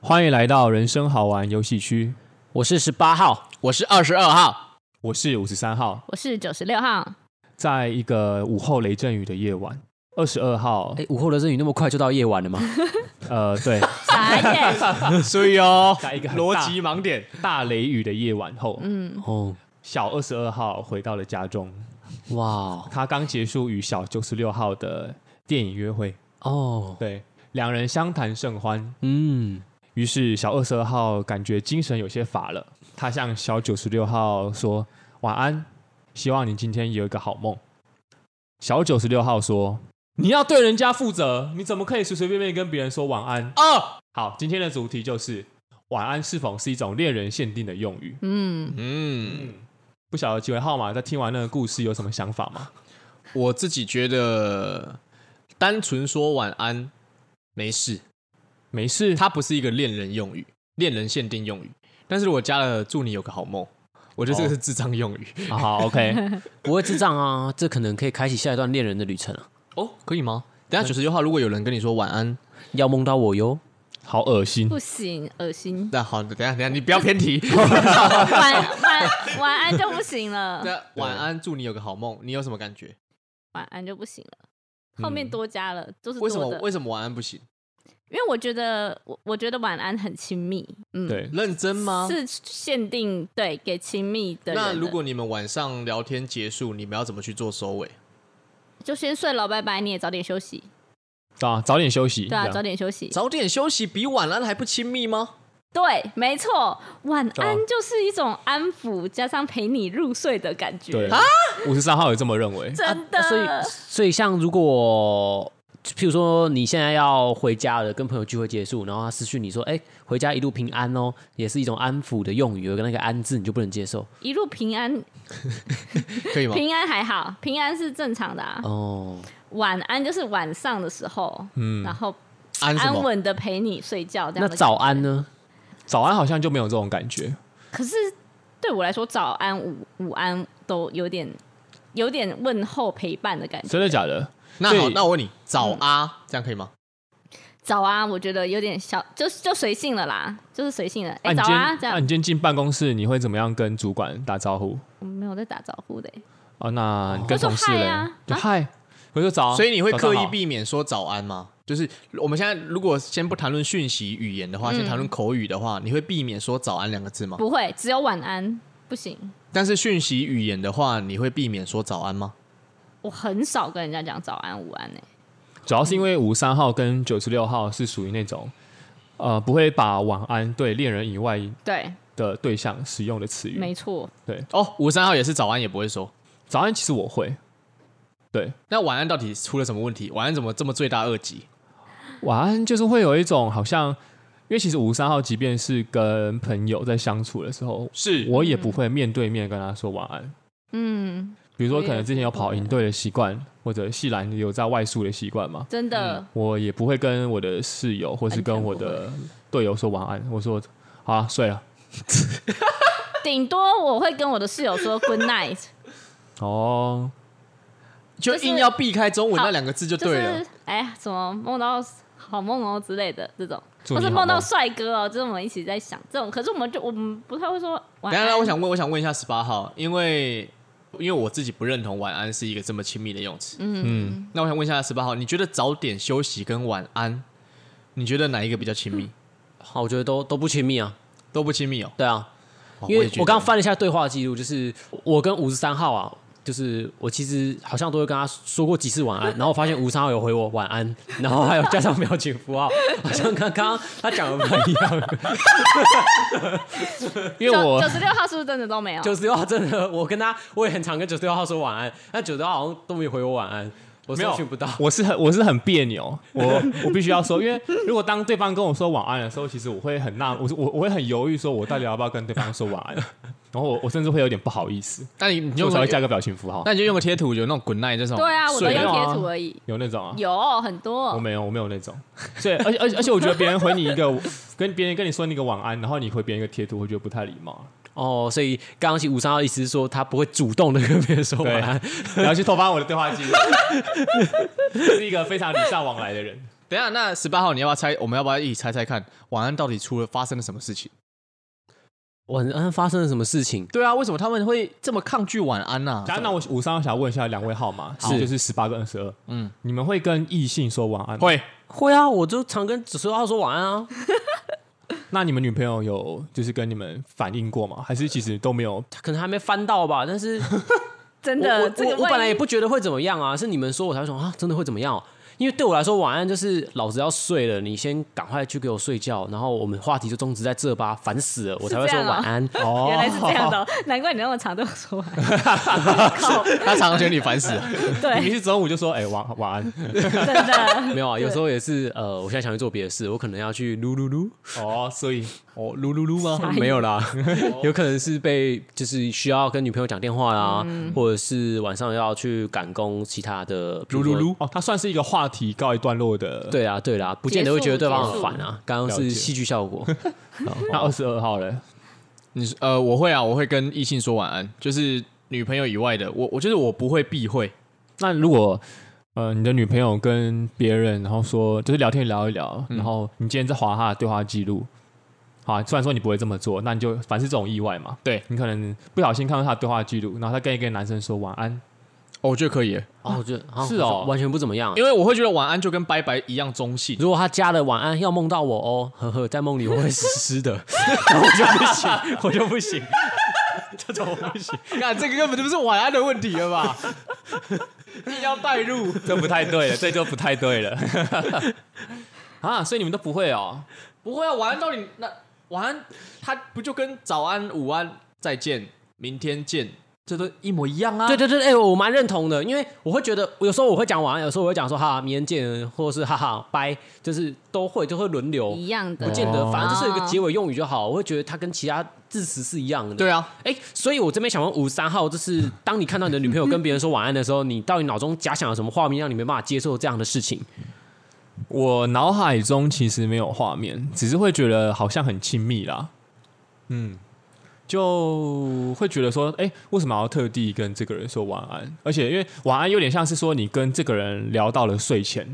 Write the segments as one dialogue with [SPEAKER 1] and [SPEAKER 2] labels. [SPEAKER 1] 欢迎来到人生好玩游戏区，
[SPEAKER 2] 我是十八号，我是二十二号，
[SPEAKER 1] 我是五十三号。
[SPEAKER 3] 我是九十六号，
[SPEAKER 1] 在一个午后雷阵雨的夜晚，二十二号，
[SPEAKER 2] 哎，午后的阵雨那么快就到夜晚了吗？
[SPEAKER 1] 呃，对，
[SPEAKER 3] 傻 眼，
[SPEAKER 2] 所以哦，
[SPEAKER 1] 在一个很大
[SPEAKER 2] 逻辑盲点。
[SPEAKER 1] 大雷雨的夜晚后，
[SPEAKER 3] 嗯，
[SPEAKER 2] 哦，
[SPEAKER 1] 小二十二号回到了家中，
[SPEAKER 2] 哇，哦
[SPEAKER 1] 他刚结束与小九十六号的电影约会，
[SPEAKER 2] 哦，
[SPEAKER 1] 对，两人相谈甚欢。
[SPEAKER 2] 嗯，
[SPEAKER 1] 于是小二十二号感觉精神有些乏了，他向小九十六号说：“晚安，希望你今天有一个好梦。”小九十六号说：“你要对人家负责，你怎么可以随随便便跟别人说晚安
[SPEAKER 2] 哦，？”
[SPEAKER 1] 好，今天的主题就是晚安是否是一种恋人限定的用语？
[SPEAKER 3] 嗯，
[SPEAKER 4] 嗯，
[SPEAKER 1] 不晓得几位号码在听完那个故事有什么想法吗？
[SPEAKER 4] 我自己觉得单纯说晚安没事，
[SPEAKER 1] 没事，
[SPEAKER 4] 它不是一个恋人用语，恋人限定用语。但是如果加了祝你有个好梦，我觉得这个是智障用语。
[SPEAKER 1] 好好 OK，
[SPEAKER 2] 不会智障啊，这可能可以开启下一段恋人的旅程啊，
[SPEAKER 4] 哦，可以吗？等下九十六号，如果有人跟你说晚安，，
[SPEAKER 2] 要梦到我哟。
[SPEAKER 1] 好恶心
[SPEAKER 3] 不行，恶心
[SPEAKER 4] 那好，等下等下你不要偏 题。
[SPEAKER 3] 晚晚晚安就不行了，
[SPEAKER 4] 那晚安，祝你有个好梦，你有什么感觉？
[SPEAKER 3] 晚安就不行了。后面多加了，都是
[SPEAKER 4] 为什么
[SPEAKER 3] 多的，
[SPEAKER 4] 为什么晚安不行？
[SPEAKER 3] 因为我觉得我我觉得晚安很亲密，嗯，，
[SPEAKER 1] 对，
[SPEAKER 4] 认真吗？
[SPEAKER 3] 是限定对给亲密的人的
[SPEAKER 4] 那如果你们晚上聊天结束，你们要怎么去做收尾？
[SPEAKER 3] 就先睡了，拜拜，你也早点休息，
[SPEAKER 1] 啊，早点休息。
[SPEAKER 3] 对啊，
[SPEAKER 1] 这样
[SPEAKER 3] 早点休息，
[SPEAKER 4] 早点休息比晚安还不亲密吗？
[SPEAKER 3] 对，没错，晚
[SPEAKER 1] 对啊
[SPEAKER 3] 安就是一种安抚，加上陪你入睡的感觉
[SPEAKER 1] 对，五十三号也这么认为。
[SPEAKER 3] 真
[SPEAKER 2] 啊所以
[SPEAKER 3] 的，
[SPEAKER 2] 所以像如果譬如说你现在要回家了，跟朋友聚会结束，然后他私讯你说，哎，回家一路平安哦，也是一种安抚的用语，有个那个安字你就不能接受
[SPEAKER 3] 一路平安，
[SPEAKER 4] 可以吗？
[SPEAKER 3] 平安还好，平安是正常的啊。
[SPEAKER 2] 哦。
[SPEAKER 3] 晚安就是晚上的时候，
[SPEAKER 1] 嗯
[SPEAKER 3] 然后
[SPEAKER 4] 安什
[SPEAKER 3] 安
[SPEAKER 4] 么？
[SPEAKER 3] 稳的陪你睡觉这样。
[SPEAKER 2] 那早安？呢？
[SPEAKER 1] 早安好像就没有这种感觉。
[SPEAKER 3] 可是对我来说，早安、午午安都有点有点问候陪伴的感觉。
[SPEAKER 1] 真的假的？
[SPEAKER 4] 那好，
[SPEAKER 1] 对
[SPEAKER 4] 那我问你，早
[SPEAKER 3] 嗯
[SPEAKER 4] 啊，这样可以吗？
[SPEAKER 3] 早安，我觉得有点小，就就随性了啦，就是随性了。
[SPEAKER 1] 那
[SPEAKER 3] 哎，
[SPEAKER 1] 你
[SPEAKER 3] 早
[SPEAKER 1] 今
[SPEAKER 3] 啊，
[SPEAKER 1] 天，
[SPEAKER 3] 这
[SPEAKER 1] 那
[SPEAKER 3] 样
[SPEAKER 1] 你今天进办公室，你会怎么样跟主管打招呼？
[SPEAKER 3] 我没有在打招呼的欸。
[SPEAKER 1] 哦，那你跟同事
[SPEAKER 3] 就说
[SPEAKER 1] 嘞
[SPEAKER 3] 嗨啊？
[SPEAKER 1] 就
[SPEAKER 3] 啊
[SPEAKER 1] 嗨，我就早。啊
[SPEAKER 4] 所以你会
[SPEAKER 1] 早上
[SPEAKER 4] 刻意
[SPEAKER 1] 好
[SPEAKER 4] 避免说早安吗？就是我们现在如果先不谈论讯息语言的
[SPEAKER 3] 嗯
[SPEAKER 4] 话，先谈论口语的话，你会避免说早安两个字吗？
[SPEAKER 3] 不会，只有晚安，不行。
[SPEAKER 4] 但是讯息语言的话，你会避免说早安吗？
[SPEAKER 3] 我很少跟人家讲早安、午安欸诶、
[SPEAKER 1] 主要是因为五三号跟九十六号是属于那种，呃，不会把晚安对恋人以外
[SPEAKER 3] 对，
[SPEAKER 1] 的对象使用的词语。
[SPEAKER 3] 没错，
[SPEAKER 4] 哦，五三号也是早安也不会说。
[SPEAKER 1] 早安其实我会，对，
[SPEAKER 4] 那晚安到底出了什么问题？晚安怎么这么罪大恶极？
[SPEAKER 1] 晚安就是会有一种好像，因为其实五三号即便是跟朋友在相处的时候，
[SPEAKER 4] 是
[SPEAKER 1] 我也不会面对面跟他说晚安。
[SPEAKER 3] 嗯，
[SPEAKER 1] 比如说，
[SPEAKER 3] 我也
[SPEAKER 1] 可能之前有
[SPEAKER 3] 不
[SPEAKER 1] 跑
[SPEAKER 3] 会
[SPEAKER 1] 营队的习惯，或者系篮有在外宿的习惯嘛，
[SPEAKER 3] 真的，
[SPEAKER 1] 我也不会跟我的室友或是
[SPEAKER 3] 完全
[SPEAKER 1] 跟我
[SPEAKER 3] 不会
[SPEAKER 1] 的队友说晚安，我说好、啊、睡了。
[SPEAKER 3] 顶多我会跟我的室友说 good night，
[SPEAKER 1] 哦，
[SPEAKER 4] 就
[SPEAKER 3] 就是
[SPEAKER 4] 硬要避开中文
[SPEAKER 3] 好
[SPEAKER 4] 那两个字就
[SPEAKER 3] 就
[SPEAKER 4] 对啊了。
[SPEAKER 3] 是哎呀，什么梦到好梦哦之类的这种，
[SPEAKER 1] 祝
[SPEAKER 3] 或
[SPEAKER 1] 你
[SPEAKER 3] 是
[SPEAKER 1] 好
[SPEAKER 3] 梦到帅哥哦，这种我们一起在想这种，可是我们就我们不太会说晚
[SPEAKER 4] 等一
[SPEAKER 3] 安。
[SPEAKER 4] 下，我想问，我想问一下十八号，因为因为我自己不认同晚安是一个这么亲密的用词。
[SPEAKER 1] 嗯，
[SPEAKER 4] 那我想问一下十八号，你觉得早点休息跟晚安，你觉得哪一个比较亲密？
[SPEAKER 3] 嗯
[SPEAKER 2] 好，我觉得都都不亲密啊，
[SPEAKER 4] 都不亲密哦。
[SPEAKER 2] 对啊，
[SPEAKER 4] 哦
[SPEAKER 2] 因
[SPEAKER 4] 也
[SPEAKER 2] 为
[SPEAKER 4] 觉得
[SPEAKER 2] 我刚翻了一下对话记录，就是我跟五十三号啊，就是我其实好像都会跟他说过几次晚安，然后我发现五十三号有回我晚安，然后还有加上表情符号， 好像刚刚他讲的不 太一样。
[SPEAKER 1] 因为我
[SPEAKER 3] 九十六号是不是真的都没有？
[SPEAKER 2] 九十六号真的，我跟他我也很常跟九十六号说晚安，但九十六号好像都没有回我晚安，我
[SPEAKER 1] 没有
[SPEAKER 2] 搜寻不到。
[SPEAKER 1] 我是很我是很别扭，我我必须要说，因为如果当对方跟我说晚安的时候，其实我会很纳，我是我我会很犹豫，说我到底要不要跟对方说晚安，然后我我甚至会有点不好意思，
[SPEAKER 4] 那你你
[SPEAKER 1] 所以
[SPEAKER 4] 用
[SPEAKER 1] 我才
[SPEAKER 4] 个
[SPEAKER 1] 会加个表情符号。
[SPEAKER 4] 那你就用个贴图，有那种滚奈这种。
[SPEAKER 3] 对啊，我都
[SPEAKER 4] 睡
[SPEAKER 3] 用
[SPEAKER 4] 了
[SPEAKER 1] 没有啊
[SPEAKER 3] 贴图而已，
[SPEAKER 1] 有那种啊？
[SPEAKER 3] 有很多
[SPEAKER 4] 哦
[SPEAKER 1] 我。没有，我没有那种， 所以而且而且而且我觉得别人回你一个， 跟别人跟你说那个晚安，然后你回别人一个贴图，我觉得不太礼貌 啊。
[SPEAKER 2] 哦，所以刚刚其实五十三号意思是说他不会主动的跟别人说
[SPEAKER 1] 对
[SPEAKER 2] 晚安。
[SPEAKER 1] 然后去偷翻我的对话记录，是一个非常礼尚往来的人。
[SPEAKER 4] 等一下，那十八号你要不要猜？我们要不要一起猜猜看，晚安到底出了发生了什么事情？
[SPEAKER 2] 晚安发生了什么事情？
[SPEAKER 4] 对啊，为什么他们会这么抗拒晚安呢、
[SPEAKER 1] 然后那我五三，我想问一下两位号码，
[SPEAKER 2] 是
[SPEAKER 1] 就是十八跟二十二，
[SPEAKER 4] 嗯
[SPEAKER 1] 嗯，你们会跟异性说晚安吗？。
[SPEAKER 4] 会
[SPEAKER 2] 会啊，我就常跟指数号说晚安啊。
[SPEAKER 1] 那你们女朋友有就是跟你们反映过吗？还是其实都没有？
[SPEAKER 2] 他可能还没翻到吧，但 是
[SPEAKER 3] 真
[SPEAKER 2] 我
[SPEAKER 3] 的，
[SPEAKER 2] 我
[SPEAKER 3] 这个
[SPEAKER 2] 我我本来
[SPEAKER 3] 万一
[SPEAKER 2] 也不觉得会怎么样啊，是你们说我才说啊，真的会怎么样哦、因为对我来说，晚安就是老子要睡了，你先赶快去给我睡觉，然后我们话题就终止在这吧，烦死了，我才会
[SPEAKER 3] 是这
[SPEAKER 2] 说
[SPEAKER 3] 样哦
[SPEAKER 2] 晚安。
[SPEAKER 1] 哦
[SPEAKER 3] 原来是这样的哦，难怪你那么长对我说晚安。靠，
[SPEAKER 4] 他常常觉得你烦死了。
[SPEAKER 1] 你
[SPEAKER 3] 对，
[SPEAKER 1] 是中午就说哎、晚晚 安
[SPEAKER 3] 真的
[SPEAKER 2] 没有啊，有时候也是呃，我现在想去做别的事，我可能要去撸撸撸，
[SPEAKER 1] 哦，所以
[SPEAKER 4] 哦，噜噜噜吗？
[SPEAKER 3] 傻眼
[SPEAKER 2] 没有啦， 有可能是被就是需要跟女朋友讲电话啦，或者是晚上要去赶工其他的比如说
[SPEAKER 4] 噜噜噜
[SPEAKER 1] 哦，它算是一个话题告一段落的。，
[SPEAKER 2] 对啊，对啦，不见得会觉得对方很烦啊。刚刚
[SPEAKER 1] 了
[SPEAKER 2] 是
[SPEAKER 1] 解
[SPEAKER 2] 戏剧效果，
[SPEAKER 1] 那二十二号嘞，
[SPEAKER 4] 你是呃，我会啊，我会跟异性说晚安，就是女朋友以外的，我我就是我不会避讳。
[SPEAKER 1] 那如果呃你的女朋友跟别人，然后说就是聊天聊一聊，然后你今天在划她的对话记录，好、啊，虽然说你不会这么做，那你就凡是这种意外嘛，
[SPEAKER 4] 对，
[SPEAKER 1] 你可能不小心看到她的对话记录，然后她跟一个男生说晚安，
[SPEAKER 4] 哦，我觉得可以，
[SPEAKER 2] 哦，我觉得啊
[SPEAKER 1] 是哦
[SPEAKER 2] 完全不怎么样。
[SPEAKER 4] 因为我会觉得晚安就跟拜拜一样中 性。
[SPEAKER 2] 如果他加了晚安要梦到我哦，呵呵，在梦里我会湿湿的， 我就不行，我就不行，这种我不行，
[SPEAKER 4] 看，这个根本就不是晚安的问题了 吧？你要带入，
[SPEAKER 1] 这不太对了，这就不太对了。 啊，所以你们都不会哦，
[SPEAKER 4] 不会啊，晚安到底那晚安，它不就跟早安、午安、再见、明天见，这都一模一样啊？
[SPEAKER 2] 对对对，哎、我蛮认同的，因为我会觉得有时候我会讲晚安，有时候我会讲说哈哈，明天见，或者是哈哈，拜，就是都会就会轮流，
[SPEAKER 3] 一样的
[SPEAKER 2] 不，见得，
[SPEAKER 1] 哦
[SPEAKER 2] 反正就是有一个结尾用语就好。我会觉得它跟其他字词是一样的。
[SPEAKER 4] 对啊，
[SPEAKER 2] 哎、所以我这边想问五十三号， 就是当你看到你的女朋友跟别人说晚安的时候，你到底脑中假想了什么画面，让你没办法接受这样的事情？
[SPEAKER 1] 我脑海中其实没有画面，只是会觉得好像很亲密啦。嗯，就会觉得说，哎、为什么要特地跟这个人说晚安？而且因为晚安有点像是说你跟这个人聊到了睡前，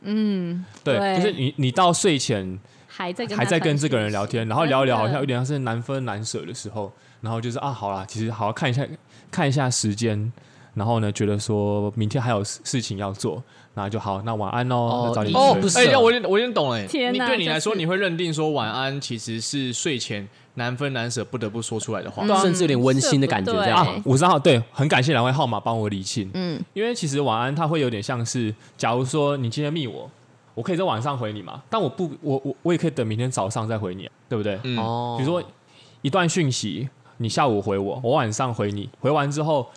[SPEAKER 3] 嗯，
[SPEAKER 1] 对，
[SPEAKER 3] 对
[SPEAKER 1] 就是你你到睡前
[SPEAKER 3] 还在跟
[SPEAKER 1] 还
[SPEAKER 3] 他
[SPEAKER 1] 在跟
[SPEAKER 3] 传
[SPEAKER 1] 这个人聊天，然后
[SPEAKER 3] 真
[SPEAKER 1] 聊一聊
[SPEAKER 3] 的
[SPEAKER 1] 好像有点像是难分难舍的时候，然后就是啊，好啦，其实好好看一下看一下时间。然后呢，觉得说明天还有事事情要做，那就好，那晚安哦，
[SPEAKER 2] 哦
[SPEAKER 1] 那早点
[SPEAKER 2] 哦
[SPEAKER 1] 睡
[SPEAKER 2] 不是
[SPEAKER 4] 哎、
[SPEAKER 2] 啊
[SPEAKER 4] 那我有点我有点懂了、欸。
[SPEAKER 3] 天
[SPEAKER 4] 你
[SPEAKER 3] 哪
[SPEAKER 4] 对你来
[SPEAKER 3] 这
[SPEAKER 4] 说，
[SPEAKER 3] 是
[SPEAKER 4] 你会认定说晚安其实是睡前难分难舍不得不说出来的话。
[SPEAKER 3] 嗯
[SPEAKER 2] 甚至有点温馨的感觉，
[SPEAKER 3] 这不
[SPEAKER 2] 这
[SPEAKER 3] 对
[SPEAKER 2] 样。
[SPEAKER 1] 啊，五十号对，很感谢两位号码帮我理清，
[SPEAKER 3] 嗯，
[SPEAKER 1] 因为其实晚安它会有点像是，假如说你今天密我，我可以在晚上回你嘛，但我不，我我我也可以等明天早上再回你，啊对不对？
[SPEAKER 4] 嗯，
[SPEAKER 2] 哦
[SPEAKER 1] 比如说一段讯息，你下午回我，我晚上回你，回完之后。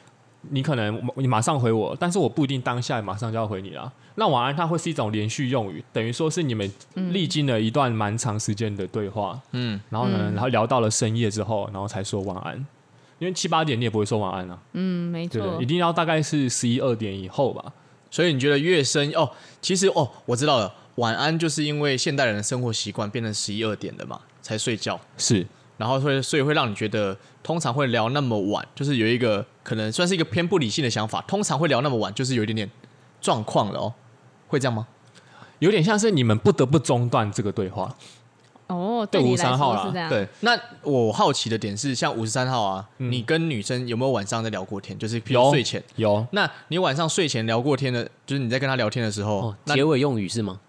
[SPEAKER 1] 你可能你马上回我，但是我不一定当下马上就要回你啦。那晚安它会是一种连续用语，等于说是你们历经了一段蛮长时间的对话，
[SPEAKER 4] 嗯
[SPEAKER 1] 嗯，然后呢，
[SPEAKER 3] 嗯
[SPEAKER 1] 然后聊到了深夜之后，然后才说晚安。因为七八点你也不会说晚安啊，
[SPEAKER 3] 嗯，没
[SPEAKER 1] 对不
[SPEAKER 3] 错
[SPEAKER 1] 对？一，定要大概是十一二点以后吧。
[SPEAKER 4] 所以你觉得越深哦，其实哦，我知道了，晚安就是因为现代人的生活习惯变成十一二点的嘛才睡觉，
[SPEAKER 1] 是，
[SPEAKER 4] 然后会所以会让你觉得通常会聊那么晚，就是有一个可能算是一个偏不理性的想法，通常会聊那么晚就是有一点点状况了哦，会这样吗？
[SPEAKER 1] 有点像是你们不得不中断这个对话。
[SPEAKER 3] 哦，
[SPEAKER 1] 对
[SPEAKER 3] 你
[SPEAKER 1] 53
[SPEAKER 3] 来
[SPEAKER 1] 号啦
[SPEAKER 3] 说是这 样，
[SPEAKER 4] 对，那我好奇的点是，像五十三号啊，
[SPEAKER 1] 嗯
[SPEAKER 4] 你跟女生有没有晚上在聊过天？就是譬如
[SPEAKER 1] 有
[SPEAKER 4] 睡前，
[SPEAKER 1] 有，
[SPEAKER 4] 那你晚上睡前聊过天的，就是你在跟她聊天的时候，
[SPEAKER 2] 哦，
[SPEAKER 4] 那
[SPEAKER 2] 结尾用语是吗？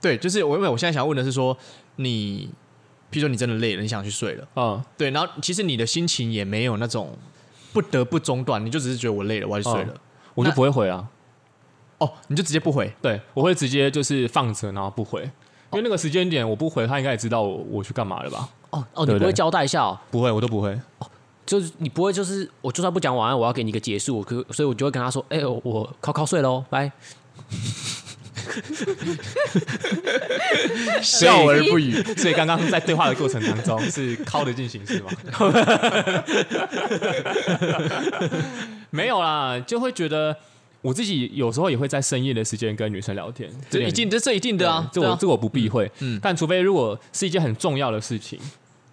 [SPEAKER 4] 对，就是我因为我现在想问的是说，你，譬如说你真的累了，你想去睡了，
[SPEAKER 1] 嗯，
[SPEAKER 4] 对，然后其实你的心情也没有那种不得不中断，你就只是觉得我累了，我要去睡了，
[SPEAKER 1] 我就
[SPEAKER 4] 那
[SPEAKER 1] 不会回啊。
[SPEAKER 4] 哦，你就直接不回，
[SPEAKER 1] 对，我会直接就是放着，然后不回，因为那个时间点我不回，他应该也知道我我去干嘛了吧？
[SPEAKER 2] 哦哦，
[SPEAKER 1] 对
[SPEAKER 2] 你
[SPEAKER 1] 不对
[SPEAKER 2] 不会交代一下哦，
[SPEAKER 1] 不会，我都不会。
[SPEAKER 2] 就是你不会就是我就算不讲晚安，我要给你一个结束，我可所以我就会跟他说，哎、我我靠靠睡喽，拜。
[SPEAKER 4] 笑而不语。
[SPEAKER 1] 所以刚刚在对话的过程当中是靠的进行式吗？ 没有啦，就会觉得我自己有时候也会在深夜的时间跟女生聊天，
[SPEAKER 4] 这
[SPEAKER 1] 点
[SPEAKER 4] 一定，这这一定的啊，
[SPEAKER 1] 嗯这
[SPEAKER 4] 对
[SPEAKER 1] 我
[SPEAKER 4] 啊
[SPEAKER 1] 这我不避讳。
[SPEAKER 4] 嗯嗯嗯
[SPEAKER 1] 但除非如果是一件很重要的事情，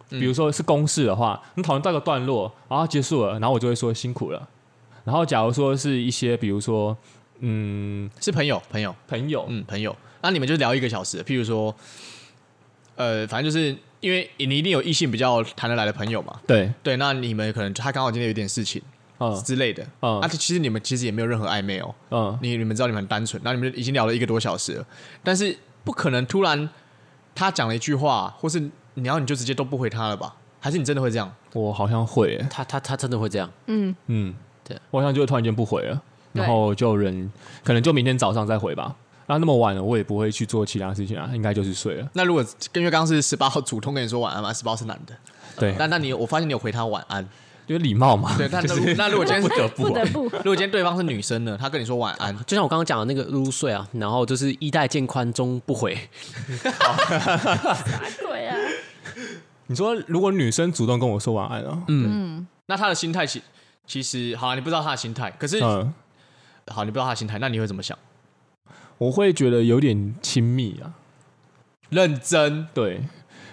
[SPEAKER 1] 比如说是公事的话，你讨论到一个段落，然后结束了，然后我就会说辛苦了。然后假如说是一些，比如说嗯
[SPEAKER 4] 是朋友，朋友，
[SPEAKER 1] 朋友，
[SPEAKER 4] 嗯，朋友。那你们就聊一个小时，譬如说，呃，反正就是因为你一定有异性比较谈得来的朋友嘛，
[SPEAKER 1] 对，
[SPEAKER 4] 对，那你们可能他刚好今天有点事情
[SPEAKER 1] 嗯
[SPEAKER 4] 之类的，
[SPEAKER 1] 嗯
[SPEAKER 4] 啊，其实你们其实也没有任何暧昧哦，
[SPEAKER 1] 嗯，
[SPEAKER 4] 你你们知道你们很单纯，然后你们就已经聊了一个多小时了，但是不可能突然他讲了一句话，或是你要你就直接都不回他了吧？还是你真的会这样？
[SPEAKER 1] 我好像会耶，
[SPEAKER 2] 他他他真的会这样，
[SPEAKER 3] 嗯，
[SPEAKER 1] 嗯，
[SPEAKER 2] 对，
[SPEAKER 1] 我好像就会突然间不回了，
[SPEAKER 3] 对
[SPEAKER 1] 然后就人可能就明天早上再回吧。啊那那么晚了，我也不会去做其他事情啊，应该就是睡了。
[SPEAKER 4] 那如果因为刚刚是十八号主动跟你说晚安嘛，十八号是男的，
[SPEAKER 1] 对，
[SPEAKER 4] 但那你我发现你有回他晚安，
[SPEAKER 1] 因为礼貌嘛，
[SPEAKER 4] 对，但那如那如果今天是
[SPEAKER 3] 不啊得不，
[SPEAKER 4] 如果今天对方是女生呢，她跟你说晚安，
[SPEAKER 2] 就像我刚刚讲的那个入睡啊，然后就是衣带渐宽终不悔，
[SPEAKER 3] 啊 对啊，
[SPEAKER 1] 你说如果女生主动跟我说晚安啊，
[SPEAKER 4] 嗯那她的心态其其实好、啊，你不知道她的心态，可是、
[SPEAKER 1] 嗯，
[SPEAKER 4] 好，你不知道她的心态，那你会怎么想？
[SPEAKER 1] 我会觉得有点亲密啊。
[SPEAKER 4] 认真，
[SPEAKER 1] 对，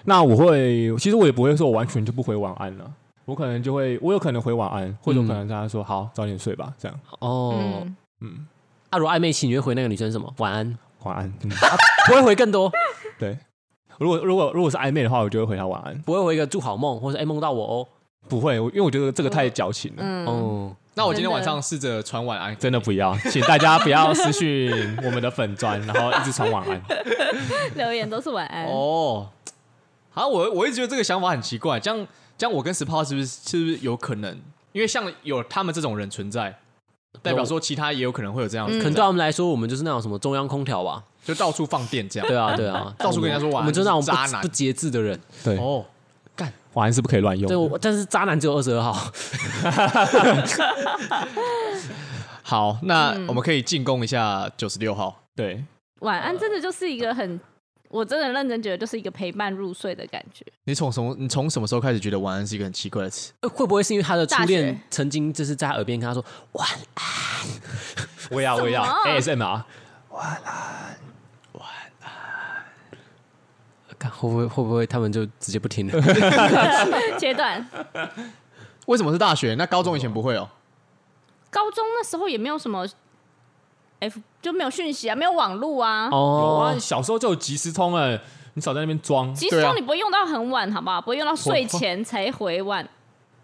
[SPEAKER 1] 那我会，其实我也不会说我完全就不回晚安了，我可能就会，我有可能回晚安，或者我可能跟他说、好，早点睡吧，这样，
[SPEAKER 2] 哦，
[SPEAKER 3] 嗯，
[SPEAKER 1] 嗯，
[SPEAKER 2] 那、如果暧昧期，你会回那个女生什么？晚安，
[SPEAKER 1] 晚安。嗯、
[SPEAKER 2] 不会回更多，
[SPEAKER 1] 对，如果如果如果是暧昧的话，我就会回他晚安。
[SPEAKER 2] 不会回一个祝好梦，或者哎梦到我哦。
[SPEAKER 1] 不会，我因为我觉得这个太矫情了，
[SPEAKER 3] 嗯
[SPEAKER 2] 哦，
[SPEAKER 4] 那我今
[SPEAKER 3] 真
[SPEAKER 4] 天
[SPEAKER 3] 的
[SPEAKER 4] 晚上试着传晚安，
[SPEAKER 1] 真的不要，请大家不要私讯我们的粉砖，然后一直传晚安。
[SPEAKER 3] 留言都是晚安，
[SPEAKER 4] 哦，好，我我一直觉得这个想法很奇怪，这样这样我跟十炮是不是是不是有可能？因为像有他们这种人存在，代表说其他也有嗯可能会有这样的
[SPEAKER 2] 可能
[SPEAKER 3] 嗯
[SPEAKER 4] 存在，
[SPEAKER 2] 对他们来说，我们就是那种什么中央空调吧？
[SPEAKER 4] 就到处放电这样。
[SPEAKER 2] 对 啊，对啊，
[SPEAKER 4] 到处跟人家说晚安
[SPEAKER 2] 我们就是那种
[SPEAKER 4] 渣
[SPEAKER 2] 不
[SPEAKER 4] 男
[SPEAKER 2] 不节制的人。
[SPEAKER 1] 对，
[SPEAKER 4] 哦，
[SPEAKER 1] 晚安是不可以乱用
[SPEAKER 2] 对，
[SPEAKER 1] 的。
[SPEAKER 2] 我但是渣男只有二十二号，
[SPEAKER 4] 好，那我们可以进攻一下九十六号。
[SPEAKER 1] 对，
[SPEAKER 3] 晚安真的就是一个很，我真的认真觉得就是一个陪伴入睡的感觉，
[SPEAKER 4] 你从什么？你从什么时候开始觉得晚安是一个很奇怪的词？
[SPEAKER 2] 呃会不会是因为他的初
[SPEAKER 3] 大学
[SPEAKER 2] 恋曾经就是在他耳边跟他说晚
[SPEAKER 1] 我也要，我也要
[SPEAKER 3] 什么
[SPEAKER 1] ASMR。
[SPEAKER 2] 安？看会不会会不会他们就直接不听了？
[SPEAKER 3] 阶段。
[SPEAKER 4] 为什么是大学？那高中以前不会哦。
[SPEAKER 3] 高中那时候也没有什么 F 就没有讯息啊，没有网络啊。
[SPEAKER 1] 有啊，
[SPEAKER 2] 哦
[SPEAKER 1] 你，小时候就有即时通了，你少在那边装。
[SPEAKER 3] 即
[SPEAKER 4] 对
[SPEAKER 3] 时
[SPEAKER 4] 啊
[SPEAKER 3] 通你不会用到很晚，好不好？不会用到睡前才回晚。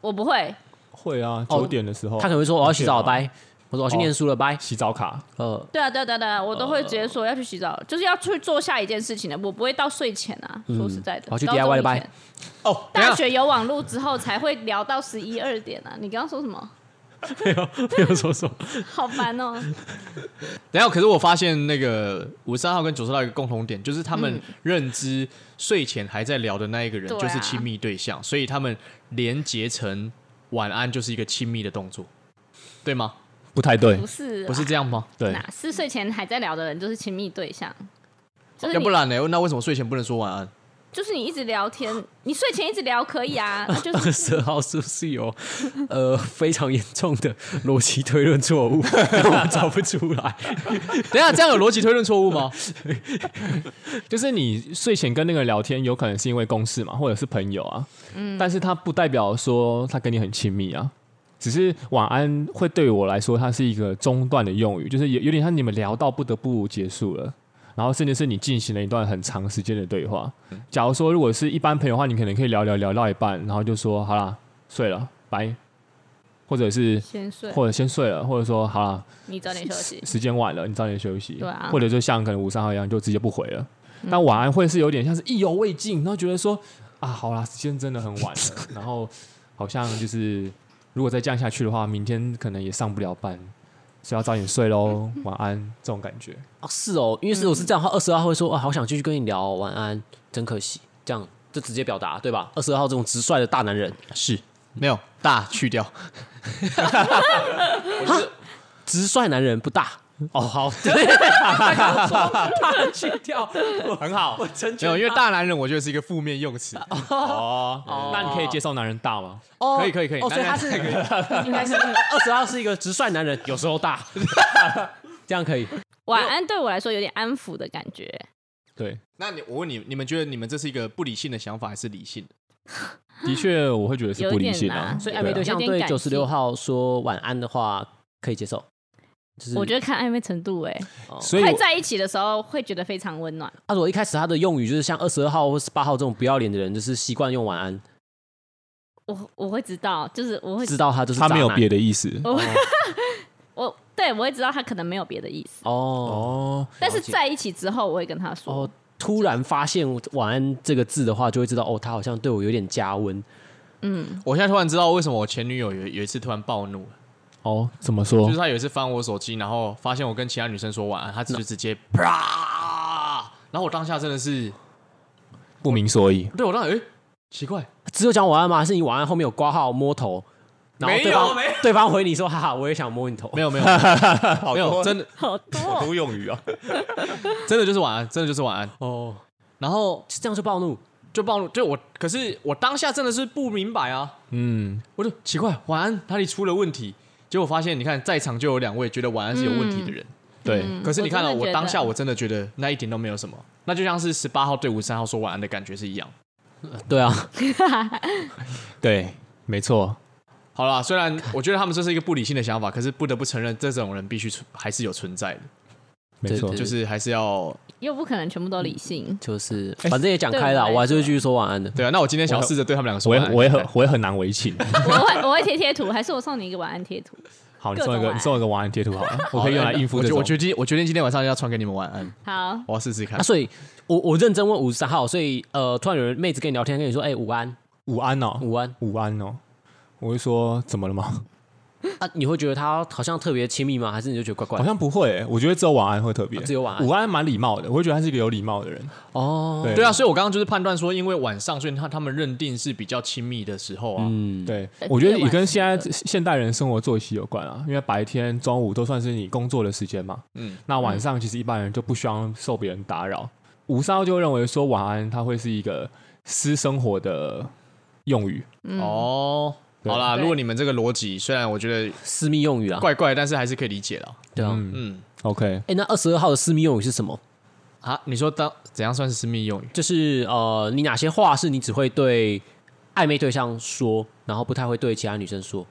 [SPEAKER 3] 我不会，
[SPEAKER 1] 会啊，
[SPEAKER 2] 哦
[SPEAKER 1] 九点的时候，
[SPEAKER 2] 他可能会说我要洗哦澡了，哦
[SPEAKER 1] 对啊
[SPEAKER 2] 拜。我说我要去念书了，拜。
[SPEAKER 1] 洗澡卡。
[SPEAKER 2] 呃，
[SPEAKER 3] 对啊，对啊，对啊，对啊，我都会直接说要去洗澡，就是要去做下一件事情的。我不会到睡前啊，说实在的，
[SPEAKER 2] 我要去
[SPEAKER 3] 高中
[SPEAKER 2] DIY 了
[SPEAKER 3] 以前
[SPEAKER 2] 拜
[SPEAKER 4] 哦，等一
[SPEAKER 3] 大
[SPEAKER 4] 下
[SPEAKER 3] 学有网络之后才会聊到十一二点啊。你刚刚说什么？
[SPEAKER 2] 没有 说什么。
[SPEAKER 3] 好 烦哦！
[SPEAKER 4] 等一下，可是我发现那个五十三号跟九十号有一个共同点，就是他们认知睡前还在聊的那一个人
[SPEAKER 3] 嗯对啊
[SPEAKER 4] 就是亲密对象，所以他们连结成晚安就是一个亲密的动作，对吗？
[SPEAKER 1] 不太对
[SPEAKER 3] 不，是啊，
[SPEAKER 4] 不是这样吗？
[SPEAKER 1] 对，
[SPEAKER 3] 哪是睡前还在聊的人就是亲密对象，就是
[SPEAKER 4] 要
[SPEAKER 3] 你
[SPEAKER 4] 不然呢？那为什么睡前不能说晚安？
[SPEAKER 3] 就是你一直聊天，你睡前一直聊可以 啊，那就
[SPEAKER 2] 二
[SPEAKER 3] 是
[SPEAKER 2] 十号是不是有呃非常严重的逻辑推论错误？ 但我们找不出来。
[SPEAKER 4] 等一下，这样有逻辑推论错 误吗？
[SPEAKER 1] 就是你睡前跟那个人聊天，有可能是因为公事嘛，或者是朋友啊，但是他不代表说他跟你很亲密啊。只是晚安会对我来说，它是一个中断的用语，就是有有点像你们聊到不得不结束了，然后甚至是你进行了一段很长时间的对话。假如说如果是一般朋友的话，你可能可以聊聊聊到一半，然后就说好啦，睡了，拜，或者是
[SPEAKER 3] 先睡，
[SPEAKER 1] 或者先睡了，或者说好啦，
[SPEAKER 3] 你早点休息。
[SPEAKER 1] 时间晚了，你早点休息。
[SPEAKER 3] 对啊嗯
[SPEAKER 1] 或者就像可能五三号一样，就直接不回了。但晚安会是有点像是意犹未尽，然后觉得说啊，好啦，时间真的很晚了， 然后好像就是如果再这样下去的话，明天可能也上不了班，所以要早点睡喽，
[SPEAKER 3] 嗯
[SPEAKER 1] 晚安这种感觉。
[SPEAKER 2] 哦，是哦，因为是我是这样的话，二十二号会说啊，好想继续跟你聊哦，晚安，真可惜，这样就直接表达对吧？二十二号这种直率的大男人，
[SPEAKER 4] 是没有大去 掉，
[SPEAKER 2] 直率男人不大。哦，好， 对，他刚刚说大去掉，
[SPEAKER 4] 很好，
[SPEAKER 2] 我成
[SPEAKER 4] 没
[SPEAKER 2] 全
[SPEAKER 4] 有，因为
[SPEAKER 2] 他
[SPEAKER 4] 大男人我觉得是一个负面用词，
[SPEAKER 1] 哦，那你可以接受男人大吗？
[SPEAKER 2] 哦
[SPEAKER 4] 可以可以可以
[SPEAKER 2] 哦，所以他是 应该是二十二是一个直率男人，有时候大， 这样可以。
[SPEAKER 3] 晚安对我来说有点安抚的感觉，
[SPEAKER 1] 对，
[SPEAKER 4] 那你我问你，你们觉得你们这是一个不理性的想法，还是理性的？
[SPEAKER 1] 的确我会觉得是不理性
[SPEAKER 3] 有点
[SPEAKER 1] 啊
[SPEAKER 3] 难。
[SPEAKER 2] 所以暧昧
[SPEAKER 1] 对
[SPEAKER 2] 对
[SPEAKER 1] 啊
[SPEAKER 2] 象
[SPEAKER 3] 有
[SPEAKER 2] 对
[SPEAKER 3] 点
[SPEAKER 2] 九
[SPEAKER 3] 感
[SPEAKER 2] 十
[SPEAKER 3] 性
[SPEAKER 2] 六号说晚安的话，可以接受。就是
[SPEAKER 3] 我觉得看暧昧程度、欸，
[SPEAKER 1] 所以
[SPEAKER 3] 快
[SPEAKER 1] 我
[SPEAKER 3] 在一起的时候会觉得非常温暖。
[SPEAKER 2] 他说一开始他的用语就是像二十二号或十八号这种不要脸的人，就是习惯用晚安，
[SPEAKER 3] 我我会知道，就是我会
[SPEAKER 2] 知道他就是
[SPEAKER 1] 他没有
[SPEAKER 3] 啊
[SPEAKER 2] 渣男
[SPEAKER 1] 别的意思
[SPEAKER 3] 我我对我会知道他可能没有别的意思，
[SPEAKER 2] 哦
[SPEAKER 1] 哦。
[SPEAKER 3] 但是
[SPEAKER 2] 了解
[SPEAKER 3] 在一起之后我会跟他说，
[SPEAKER 2] 哦，突然发现晚安这个字的话，就会知道哦，他好像对我有点加温
[SPEAKER 3] 嗯，
[SPEAKER 4] 我现在突然知道为什么我前女友有有一次突然暴怒了，
[SPEAKER 1] 哦，怎么说
[SPEAKER 4] 就是？她有一次翻我手机，然后发现我跟其他女生说晚安，她就直接啪，然后我当下真的是，
[SPEAKER 1] 不明所以。
[SPEAKER 4] 对我当时哎、奇怪，
[SPEAKER 2] 只有讲晚安吗？还是你晚安后面有挂号摸头，然后
[SPEAKER 4] 没
[SPEAKER 2] 对
[SPEAKER 4] 有
[SPEAKER 2] 方
[SPEAKER 4] 没有
[SPEAKER 2] 对方回你说哈哈，我也想摸你头，
[SPEAKER 4] 没有没有没
[SPEAKER 1] 好
[SPEAKER 4] 有，真的
[SPEAKER 3] 好多
[SPEAKER 1] 好
[SPEAKER 3] 哦
[SPEAKER 1] 多用语啊。
[SPEAKER 4] 真的就是晚安，真的就是晚安。
[SPEAKER 2] 哦，
[SPEAKER 4] 然后
[SPEAKER 2] 是这样就暴怒，
[SPEAKER 4] 就暴露，就我，可是我当下真的是不明白啊，
[SPEAKER 1] 嗯，
[SPEAKER 4] 我就奇怪晚安哪里出了问题？结果发现你看在场就有两位觉得晚安是有问题的人，
[SPEAKER 1] 对，
[SPEAKER 3] 嗯
[SPEAKER 4] 可是你看到、
[SPEAKER 3] 我真的
[SPEAKER 4] 我
[SPEAKER 3] 觉得
[SPEAKER 4] 当下我真的觉得那一点都没有什么，那就像是十八号对五十三号说晚安的感觉是一样。
[SPEAKER 2] 对啊，
[SPEAKER 1] 对，没错。
[SPEAKER 4] 好啦，虽然我觉得他们这是一个不理性的想法，可是不得不承认这种人必须存还是有存在的，
[SPEAKER 1] 没错，
[SPEAKER 2] 对
[SPEAKER 4] 就是还是要
[SPEAKER 3] 又不可能全部都理性，
[SPEAKER 2] 就是反正也讲
[SPEAKER 3] 对我
[SPEAKER 2] 开了，
[SPEAKER 3] 来
[SPEAKER 2] 我还是会
[SPEAKER 3] 说
[SPEAKER 2] 继续说晚安的。
[SPEAKER 4] 对啊。那我今天想要试着对他们两个说哎
[SPEAKER 1] 我也
[SPEAKER 4] 晚安，
[SPEAKER 1] 我也很我也很难为情。
[SPEAKER 3] 我会我会贴贴图，还是我送你一个晚安贴图，
[SPEAKER 1] 好，你
[SPEAKER 3] 各
[SPEAKER 1] 送
[SPEAKER 3] 种
[SPEAKER 1] 一个
[SPEAKER 3] 晚
[SPEAKER 1] 你送一个晚安贴图好了，我可以用来应付
[SPEAKER 4] 我
[SPEAKER 1] 这
[SPEAKER 4] 决哎
[SPEAKER 1] 种。
[SPEAKER 4] 我决定，我决定今天晚上要传给你们晚安，
[SPEAKER 3] 好，
[SPEAKER 4] 我要试试看
[SPEAKER 2] 啊，。所以我我认真问五十三号，所以呃，突然有人妹子跟你聊天，跟你说，哎、午安，
[SPEAKER 1] 午安哦，
[SPEAKER 2] 午安
[SPEAKER 1] 午安哦。我会说怎么了吗？
[SPEAKER 2] 啊，你会觉得他好像特别亲密吗？还是你就觉得怪怪
[SPEAKER 1] 好
[SPEAKER 2] 的？
[SPEAKER 1] 像不会欸，我觉得只有晚安会特别。
[SPEAKER 2] 啊只有晚安
[SPEAKER 1] 午安蛮礼貌的，我会觉得他是一个有礼貌的人。
[SPEAKER 2] 哦，
[SPEAKER 1] 对
[SPEAKER 4] 对啊，所以我刚刚就是判断说，因为晚上，所以他他们认定是比较亲密的时候啊。
[SPEAKER 2] 嗯，
[SPEAKER 1] 对
[SPEAKER 3] 呃，
[SPEAKER 1] 我觉得
[SPEAKER 3] 夜
[SPEAKER 1] 也
[SPEAKER 3] 晚
[SPEAKER 1] 跟现在现代人生活作息有关啊，因为白天、中午都算是你工作的时间嘛。
[SPEAKER 4] 嗯
[SPEAKER 1] 嗯，那晚上其实一般人就不希望受别人打扰。五三就会认为说晚安，它会是一个私生活的用语。
[SPEAKER 3] 嗯，
[SPEAKER 4] 哦，
[SPEAKER 1] 对
[SPEAKER 4] 好啦，
[SPEAKER 3] 对
[SPEAKER 4] 如果你们这个逻辑虽然我觉得
[SPEAKER 2] 私密用语啊，
[SPEAKER 4] 怪怪，但是还是可以理解了。
[SPEAKER 2] 对啊。哎、哎
[SPEAKER 1] 嗯
[SPEAKER 4] 嗯，
[SPEAKER 1] ，OK，
[SPEAKER 2] 那二十二号的私密用语是什么？
[SPEAKER 4] 啊，你说当怎样算是私密用语？
[SPEAKER 2] 就是呃，你哪些话是你只会对暧昧对象说，然后不太会对其他女生说？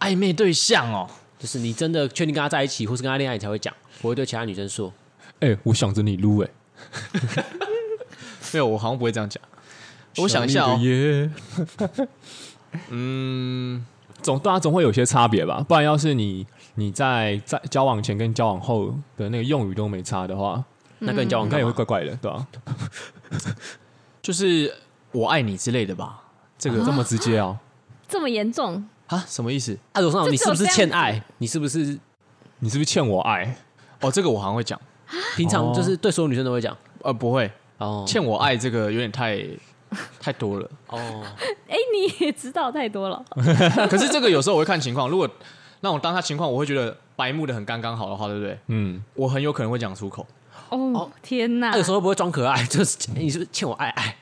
[SPEAKER 4] 暧昧对象哦，
[SPEAKER 2] 就是你真的确定跟他在一起，或是跟他恋爱，你才会讲，不会对其他女生说。
[SPEAKER 1] 哎、我想着你撸哎、
[SPEAKER 4] 没有，我好像不会这样讲。我想一下哦
[SPEAKER 1] 想，你的耶，
[SPEAKER 4] 嗯，
[SPEAKER 1] 总大家总会有些差别吧，不然要是你你在在交往前跟交往后的那个用语都没差的话，
[SPEAKER 2] 那跟你交往
[SPEAKER 1] 应该
[SPEAKER 2] 干
[SPEAKER 1] 嗯也会
[SPEAKER 2] 嘛？
[SPEAKER 1] 怪怪的，对吧、
[SPEAKER 4] 就是我爱你之类的吧？这个
[SPEAKER 2] 啊
[SPEAKER 1] 这么直接哦、
[SPEAKER 3] 这么严重，
[SPEAKER 4] 啊，什么意思？
[SPEAKER 2] 啊，罗尚，你是不是
[SPEAKER 3] 这只有
[SPEAKER 2] 欠
[SPEAKER 3] 这样子
[SPEAKER 2] 爱？你是不是
[SPEAKER 1] 你是不是欠我爱？
[SPEAKER 4] 哦，这个我好像会讲，
[SPEAKER 2] 平
[SPEAKER 1] 哦
[SPEAKER 2] 常就是对所有女生都会讲？
[SPEAKER 4] 呃，不会，
[SPEAKER 2] 哦，
[SPEAKER 4] 欠我爱这个有点太 太多了。
[SPEAKER 2] 哦，
[SPEAKER 3] 哎、你也知道太多了，
[SPEAKER 4] 可是这个有时候我会看情况，如果那种当下情况，我会觉得白目的很刚刚好的话，对不对？
[SPEAKER 1] 嗯，
[SPEAKER 4] 我很有可能会讲出口。
[SPEAKER 3] 哦，天哪
[SPEAKER 2] 那，有时候不会装可爱， 就是你是不是欠我爱爱？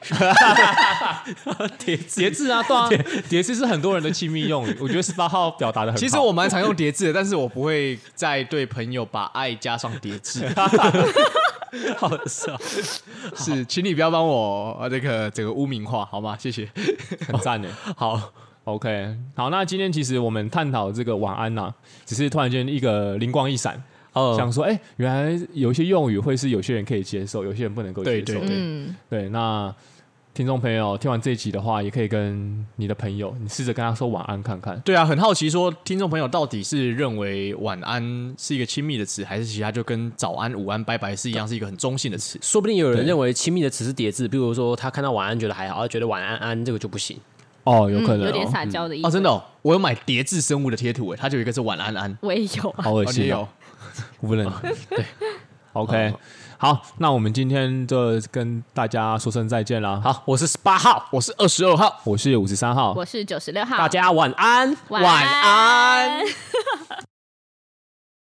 [SPEAKER 1] 叠字啊，对啊，叠字是很多人的亲密用语，我觉得十八号表达的很好。
[SPEAKER 4] 其实我蛮常用叠字的，但 是我不会再对朋友把爱加上叠字。
[SPEAKER 2] 好笑，
[SPEAKER 4] 是，请你不要帮我呃这个这个污名化，好吗？谢谢。
[SPEAKER 1] 很赞呢。
[SPEAKER 2] 好，
[SPEAKER 1] OK，好，那今天其实我们探讨这个晚安呐、只是突然间一个灵光一闪，
[SPEAKER 2] 哦，
[SPEAKER 1] 想说，哎、原来有一些用语会是有些人可以接受，有些人不能够接受。
[SPEAKER 4] 对对
[SPEAKER 3] 嗯，
[SPEAKER 1] 对那听众朋友听完这一集的话，也可以跟你的朋友，你试着跟他说晚安看看。
[SPEAKER 4] 对啊，很好奇说，听众朋友到底是认为晚安是一个亲密的词，还是其他就跟早安、午安、拜拜是一样，是一个很中性的词？
[SPEAKER 2] 说不定有人
[SPEAKER 1] 对
[SPEAKER 2] 认为亲密的词是叠字，比如说他看到晚安觉得还好，他觉得晚安安这个就不行。
[SPEAKER 1] 哦，有可能、哦
[SPEAKER 3] 嗯有点撒娇的意思、
[SPEAKER 4] 哦，真的、哦，我有买叠字生物的贴图，哎，它就有一个是晚安安，
[SPEAKER 3] 我也有啊，
[SPEAKER 1] 好恶
[SPEAKER 4] 哦你也
[SPEAKER 1] 心哦
[SPEAKER 4] 有，
[SPEAKER 1] 我不能。 对，OK，好，那我们今天就跟大家说声再见啦。好，
[SPEAKER 2] 好，我是十八号，
[SPEAKER 4] 我是二十二号。
[SPEAKER 1] 我是五十三号，
[SPEAKER 3] 我是九十六号，
[SPEAKER 2] 大家晚安，
[SPEAKER 3] 晚安。